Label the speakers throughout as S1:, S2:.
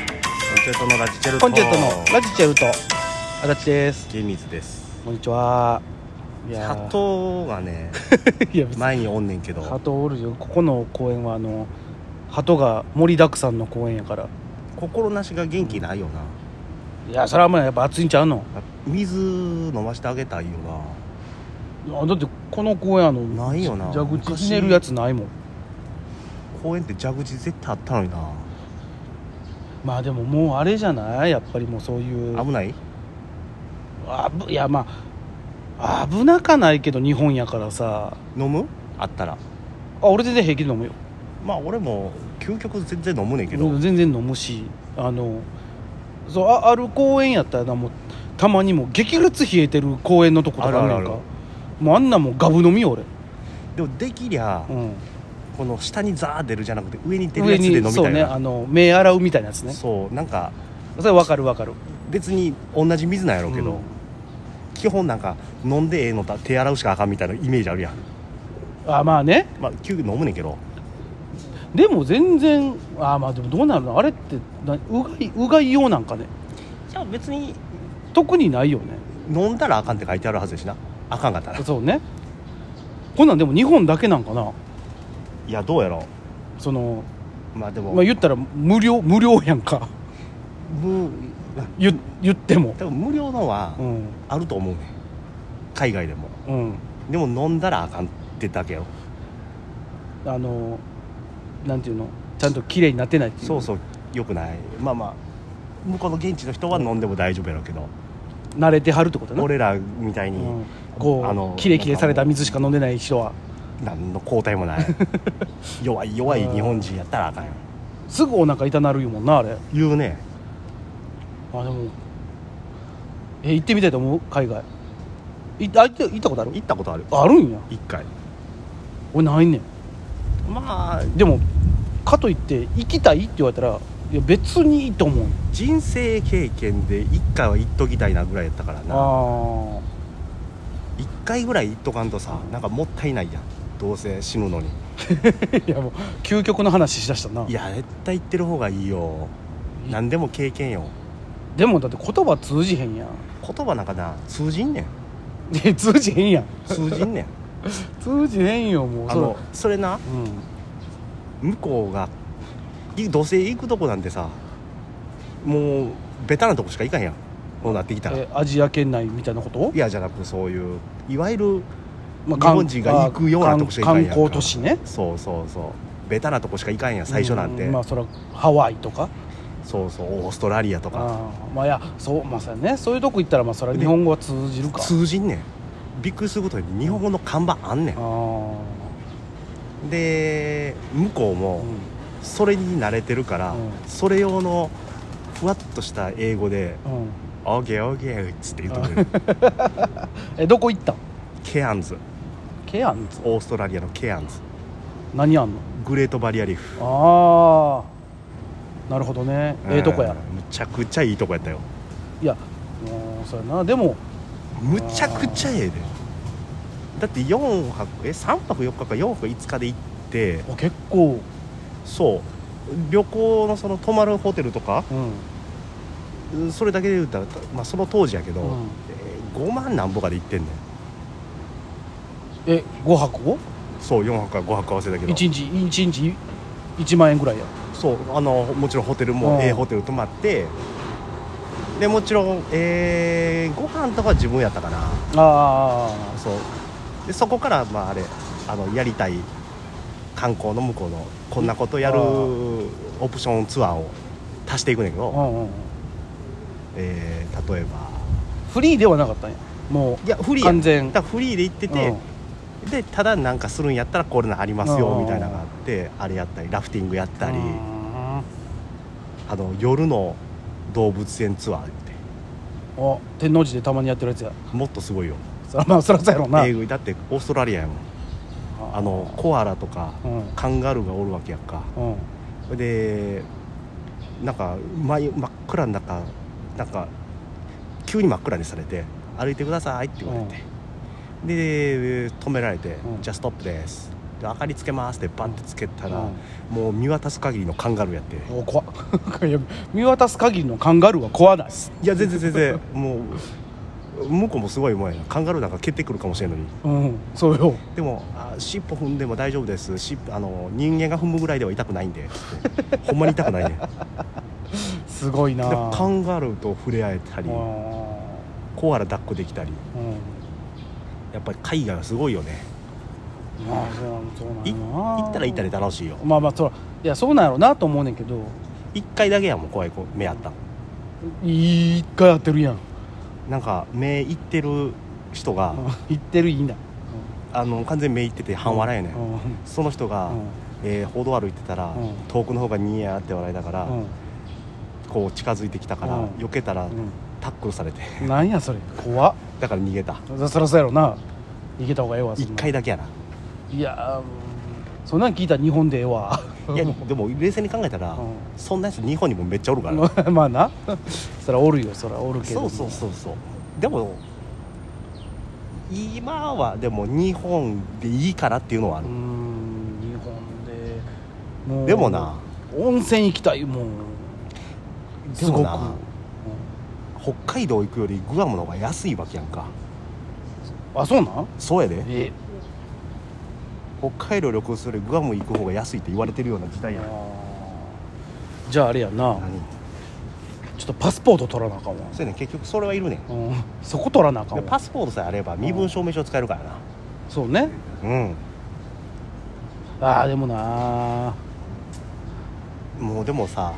S1: ンチェルトのラジチェルト
S2: コンチェルトのラジチェルト足立です
S1: ゲミズです
S2: こんにちは
S1: 鳩
S2: いやー
S1: がね
S2: いや別に
S1: 前におんねんけど
S2: 鳩おるよここの公園はあの鳩が盛りだくさんの公園やから
S1: 心なしが元気ないよない
S2: やそれはもうやっぱ暑いんちゃうの
S1: あ水飲ましてあげたいよない
S2: やだってこの公園あの
S1: ないよな
S2: 蛇口
S1: 昔
S2: ひねるやつないもん
S1: 公園って蛇口絶対あったのにな
S2: まあでももうあれじゃないやっぱりもうそういう
S1: 危ない
S2: あぶいやまあ危なかないけど日本やからさ
S1: 飲むあったら
S2: あ俺全然平気で飲むよ
S1: まあ俺も究極全然飲むねんけど、
S2: うん全然飲むしあのそうあある公園やったらなもうたまにもう激烈冷えてる公園のとことかあるや
S1: あ
S2: ん
S1: るあ
S2: か
S1: るあ
S2: もうあんなもんガブ飲みよ俺、
S1: でもできりゃ、
S2: うん、
S1: この下にザー出るじゃなくて上に出るや
S2: 上
S1: つで飲み
S2: に
S1: たい
S2: そうね
S1: な
S2: あの目洗うみたいなやつね
S1: そうなんか
S2: それわかるわかる
S1: 別に同じ水なんやろうけど、
S2: うん
S1: 基本なんか飲んでええのと手洗うしかあかんみたいなイメージあるやん
S2: あまあね
S1: まあ急遽飲むねんけど
S2: でも全然あまあでもどうなるのあれってなうがいうがいようなんかね
S1: じゃあ別に
S2: 特にないよね
S1: 飲んだらあかんって書いてあるはずやしなあかんかったら
S2: そうねこんなんでも日本だけなんかない
S1: やどうやろ
S2: その
S1: うまあでも、
S2: まあ言ったら無料無料やんか
S1: むあ
S2: 言言っても
S1: 多分無料のは
S2: うん
S1: あると思うねん海外でも
S2: うん
S1: でも飲んだらあかんってだけよ
S2: あのなんていうのちゃんと綺麗になってないっていう
S1: そうそうよくないまあまあ向こうの現地の人は飲んでも大丈夫やろうけど、
S2: 慣れてはるってことね、
S1: 俺らみたいに、
S2: うん、こ
S1: あの
S2: うキレキレされた水しか飲んでない人は
S1: 何の交代も ない弱い弱い日本人やったらあかんよ
S2: すぐお腹痛なるよもんなあれあ
S1: 言うね
S2: でもえ行ってみたいと思う海外いあ行って行ったことある
S1: 行ったことある
S2: あるんや
S1: 一回
S2: 俺ないねん
S1: まあ
S2: でもかといって行きたいって言われたらいや別にいいと思う
S1: 人生経験で一回は行っときたいなぐらいやったからな
S2: あ
S1: 一回ぐらい行っとかんとさなんかもったいないやんどうせ死ぬのに
S2: あ いやもう究極の話しだしたない
S1: や絶対行ってる方がいいよ何でも経験よ
S2: でもだって言葉通じへんやん
S1: 言葉なんかな通じんねん
S2: いや通じへんやん
S1: 通じんねん
S2: 通じへんよもう
S1: あ
S2: そ
S1: のそれな
S2: らうん
S1: 向こうがいどうせ行くとこなんてさもうベタなとこしか行かへんやんこうなってきたら
S2: えアジア圏内みたいなこと
S1: いやじゃなくそういういわゆる
S2: まあ
S1: 日本人が行くようなとこしか行かんやんか
S2: 観光都市ね
S1: そうそうそうベタなとこしか行かんやん最初なんて、
S2: うまあそらハワイとか
S1: そうそうオーストラリアとか
S2: ああまあいやそうまあそうやねそういうとこ行ったらまあそら日本語は通じるか
S1: 通じんねんびっくりすることに日本語の看板あんね
S2: あ
S1: ん、
S2: あ
S1: で向こう
S2: う
S1: も
S2: ん
S1: それに慣れてるから、
S2: うん
S1: それ用のふわっとした英語で
S2: うん
S1: 「オーケーオーケー」っつって言うとくれる
S2: えどこ行ったん
S1: ケアンズ
S2: ケアンズ
S1: オーストラリアのケアンズ
S2: 何あんの
S1: グレートバリアリーフ
S2: ああなるほどねええとこや
S1: うんむちゃくちゃいいとこやったよ
S2: いやうんそうやなでも
S1: むちゃくちゃええでだって4泊え3泊4日か4泊5日で行って
S2: あ結構
S1: そう旅行のその泊まるホテルとか
S2: うん
S1: うんそれだけで言うたら、まあ、その当時やけど、
S2: うん
S1: え5万なんぼかで行ってんねん
S2: え5箱を
S1: そう4泊か5泊合わせだけど
S2: 1日1日1万円ぐらいや
S1: そうあのもちろんホテル
S2: う
S1: も
S2: ん
S1: ええホテル泊まってでもちろん、えー、ご飯とかは自分やったかな
S2: ああ
S1: そうでそこからまああれあのやりたい観光の向こうのこんなことやる
S2: あ
S1: オプションツアーを足していくねんけ
S2: う
S1: ど、
S2: んうんうん
S1: えー例えば
S2: フリーではなかったんやも
S1: いやフ
S2: う
S1: リーや
S2: 完全
S1: だからフリーで行ってて、でただなんかするんやったらこれのあります
S2: う
S1: よ
S2: ん
S1: みたいなのがあってあれやったりラフティングやったり、
S2: うん
S1: あの夜の動物園ツアーって
S2: お天王寺でたまにやってるやつや
S1: もっとすごいよ
S2: そらまあそらそうやろうな
S1: 英語だってオーストラリアやもんあのコアラとか
S2: うん
S1: カンガルーがおるわけやんか
S2: うん
S1: でなんか真真っ暗の中なんか急に真っ暗にされて「歩いてください」って言われて、で止められて「
S2: うん
S1: じゃあストップです」で明かりつけますってバンってつけたら、
S2: うん
S1: もう見渡す限りのカンガルーやって
S2: お怖っいや見渡す限りのカンガルーは怖ない
S1: いや全然全然もう向こうもすごいもんやなカンガルーなんか蹴ってくるかもしれんのに
S2: うんそうよ
S1: でもあ尻尾踏んでも大丈夫ですしあの人間が踏むぐらいでは痛くないんでつってほんまに痛くない ねです
S2: ごいな
S1: もカンガルーと触れ合えたり
S2: あ
S1: コアラ抱っこできたり
S2: ーうん
S1: やっぱり海外はすごいよね
S2: まあそうなんそうなん
S1: い
S2: やな
S1: 行ったら行ったで楽しいよ
S2: まあまあそらいやそうなんやろうなと思うねんけど
S1: 一回だけやもん怖い子目あったの
S2: いい一回やってるやん
S1: なんか目いってる人が、
S2: 言ってるいいんだ
S1: あの完全に目いってて半笑いやね、
S2: うんうん
S1: その人が、
S2: うん
S1: えー、歩道歩いてたら、
S2: うん
S1: 遠くの方がニヤーって笑いながら、こう近づいてきたから、
S2: うん
S1: 避けたら、
S2: うん
S1: タックルされて
S2: うんなんやそれ怖っ
S1: だから逃げた
S2: そそらそうやろな逃げた方がええわそん
S1: 一
S2: なん
S1: 回だけやない
S2: やうんそんなん聞いたら日本でええわ
S1: いやでも冷静に考えたら、
S2: うん
S1: そんなやつ日本にもめっちゃおるから、
S2: ま あまあなそらおるよそらおるけど
S1: そう
S2: も
S1: そうそうそうでも今はでも日本でいいからっていうのはあ
S2: う
S1: る
S2: ー、ん日本でもう
S1: でもな
S2: 温泉行きたいもん
S1: ですも
S2: ごく
S1: な北海道行くよりグアムの方が安いわけやんか
S2: うんあそうなん
S1: そうやで
S2: え
S1: 北海道旅行するよりグアム行く方が安いって言われてるような時代やん
S2: じゃああれやな
S1: 何
S2: ちょっとパスポート取らなあかんわ、
S1: そうやねん結局それはいるねん
S2: うん、そこ取らなあか
S1: で
S2: ん
S1: パ
S2: わ
S1: スポートさえあれば身分証明書使えるからな
S2: そうね
S1: うん
S2: ああでもな、
S1: もうでもさ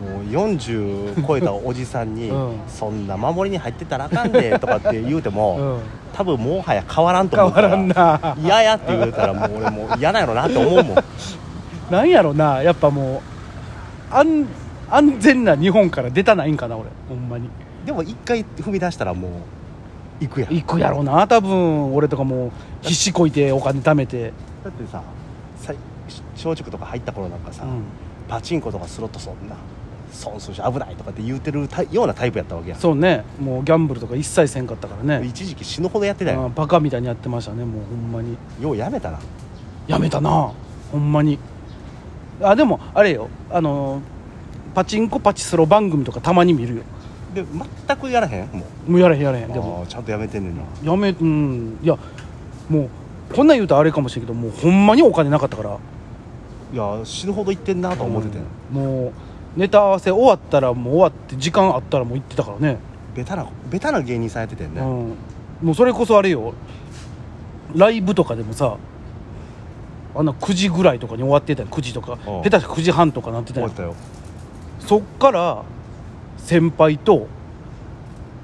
S1: もう40超えたおじさんに
S2: うん
S1: そんな守りに入ってたらあかん でとかって言うても、
S2: うん
S1: 多分もはや変わらんと
S2: 変
S1: 思う
S2: わ
S1: から
S2: らんな
S1: 嫌やって言うたらもう俺もう嫌なんやろなって思うもん
S2: なんやろなやっぱもう安安全な日本から出たないんかな俺ほんまに
S1: でも一回踏み出したらもう行くやん
S2: 行くやろな多分俺とかもう必死こいてお金貯めて、
S1: だってささ松竹とか入った頃なんかさ、
S2: うん
S1: パチンコとかスロットそんな損するし危ないとかって言うてるタイようなタイプやったわけやん
S2: そうねもうギャンブルとか一切せんかったからね
S1: 一時期死ぬほどやってた
S2: う
S1: よ
S2: んバカみたいにやってましたねもうほんまに
S1: ようやめたな
S2: やめたなほんまにあでもあれよあのーパチンコパチスロ番組とかたまに見るよ
S1: で全くやらへんも
S2: もうやれへんやれへん
S1: う
S2: でも
S1: あーちゃんとやめてんねんな
S2: やめうんいやもうこんなん言うとあれかもしれんけどもうほんまにお金なかったから
S1: いや死ぬほど行ってんなと思ってて、
S2: うんもうネタ合わせ終わったらもう終わって時間あったらもう行ってたからね
S1: ベタなベタな芸人さんやっててん
S2: う
S1: ね、
S2: んもうそれこそあれよライブとかでもさあんな9時ぐらいとかに終わってたよ9時とか
S1: うん
S2: 下手したら9時半とかなってた
S1: 思
S2: よ
S1: ってたよ
S2: そっから先輩と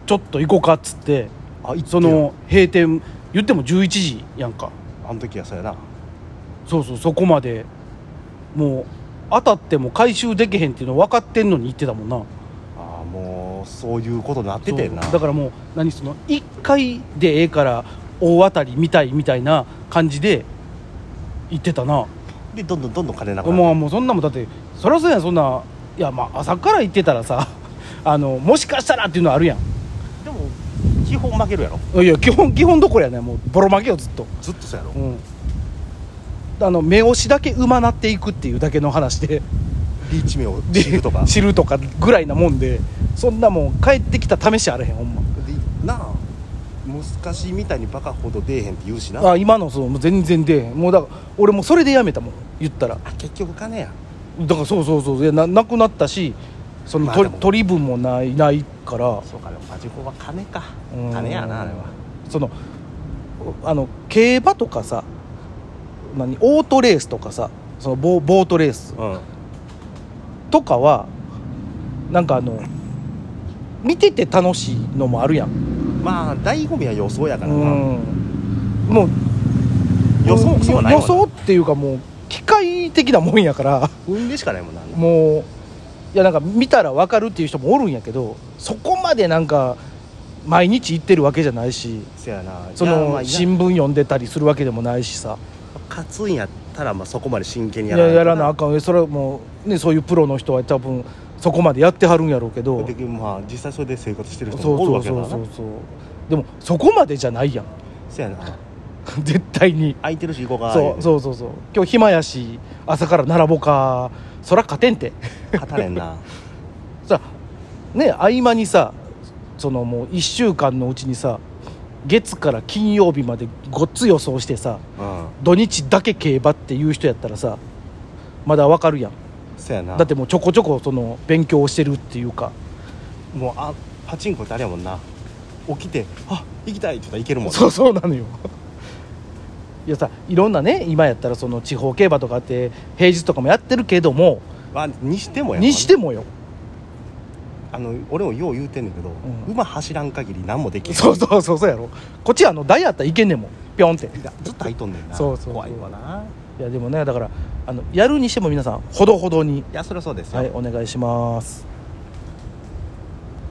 S2: ちょっと行こうかっつって
S1: あい
S2: その閉店言っても11時やんか
S1: あの時はそうやな
S2: そうそうそこまでもう当たっても回収できへんっていうの分かってんのに行ってたもんな
S1: ああもうそういうことなっててんな
S2: そうだからもう何その1回でええから大当たりみたいみたいな感じで行ってたな
S1: でどんどんどんどん金なくな
S2: もうもうそんなもんだってそりゃそうやんそんないやまあ朝から行ってたらさ あのもしかしたらっていうのはあるやん
S1: ってでも基本負けるやろ
S2: いや基本基本どころやねもうボロ負けよずっと
S1: ずっとそうやろ、
S2: うんあの目押しだけ馬なっていくっていうだけの話で
S1: リーチ名を知るとか
S2: 知るとかぐらいなもんでそんなもん帰ってきた試しあれへんほんま
S1: でなあ難しいみたいにバカほど出えへんって言うしな
S2: あ今のそうもう全然出えへんもうだから俺もうそれでやめたもん言ったら
S1: あ結局金や
S2: だからそうそうそういやななくなったしその
S1: まあ
S2: 取
S1: でも
S2: 取り分もないないから
S1: そうかでもパチンコは金か
S2: うん
S1: 金やなあれは
S2: そのおあの競馬とかさ何オートレースとかさそのボーボートレース
S1: うん
S2: とかはなんかあの見てて楽しいのもあるやん
S1: まあ醍醐味は予想やか
S2: う
S1: らなん
S2: もう
S1: 予想くそもない
S2: 予
S1: もんな
S2: 想っていうかもう機械的なもんやから
S1: 運でしかないもんな
S2: もういやなんか見たら分かるっていう人もおるんやけどそこまでなんか毎日行ってるわけじゃないし
S1: せやな
S2: そ
S1: いやまあ
S2: の
S1: いや
S2: 新聞読んでたりするわけでもないしさ
S1: 勝つんやったらまあそこまで真剣
S2: い
S1: に
S2: や
S1: やら
S2: やらなあ
S1: か
S2: かんそれはもう、ね、そういうプロの人は多分そこまでやってはるんやろうけど
S1: でまあ実際それで生活してる
S2: そう
S1: 人もおる
S2: そ
S1: わけや
S2: うそ
S1: から
S2: うそ
S1: な
S2: うそうでもそこまでじゃないやん
S1: せやな
S2: 絶対に
S1: 空いてるし行こうか
S2: そう
S1: う
S2: そうそうそう今日暇やし朝から並ぼうかそら勝てんて
S1: 勝たれんな
S2: さね合間にさそのもう1週間のうちにさ月から金曜日までごっつ予想してさ
S1: うん
S2: 土日だけ競馬っていう人やったらさまだわかるやん
S1: そやな
S2: だってもうちょこちょこその勉強をしてるっていうか
S1: もうあパチンコってあれやもんな起きて「あ行きたい」って言ったら行けるもんな
S2: そうそうなのよいやさいろんなね今やったらその地方競馬とかって平日とかもやってるけども
S1: まあ、にしてもやな
S2: にしてもよ
S1: あの俺もよう言うてんねんけど、
S2: ん
S1: 馬走らん限り何もできへん
S2: そうそうそうそうやろこっちあの台あったらいけんねんもんピョンって
S1: いやずっと入っとんねんな
S2: そうそうそう
S1: 怖いわない
S2: やでもねだからあのやるにしても皆さんほどほどに
S1: いやそりゃそうですよ、
S2: はいお願いします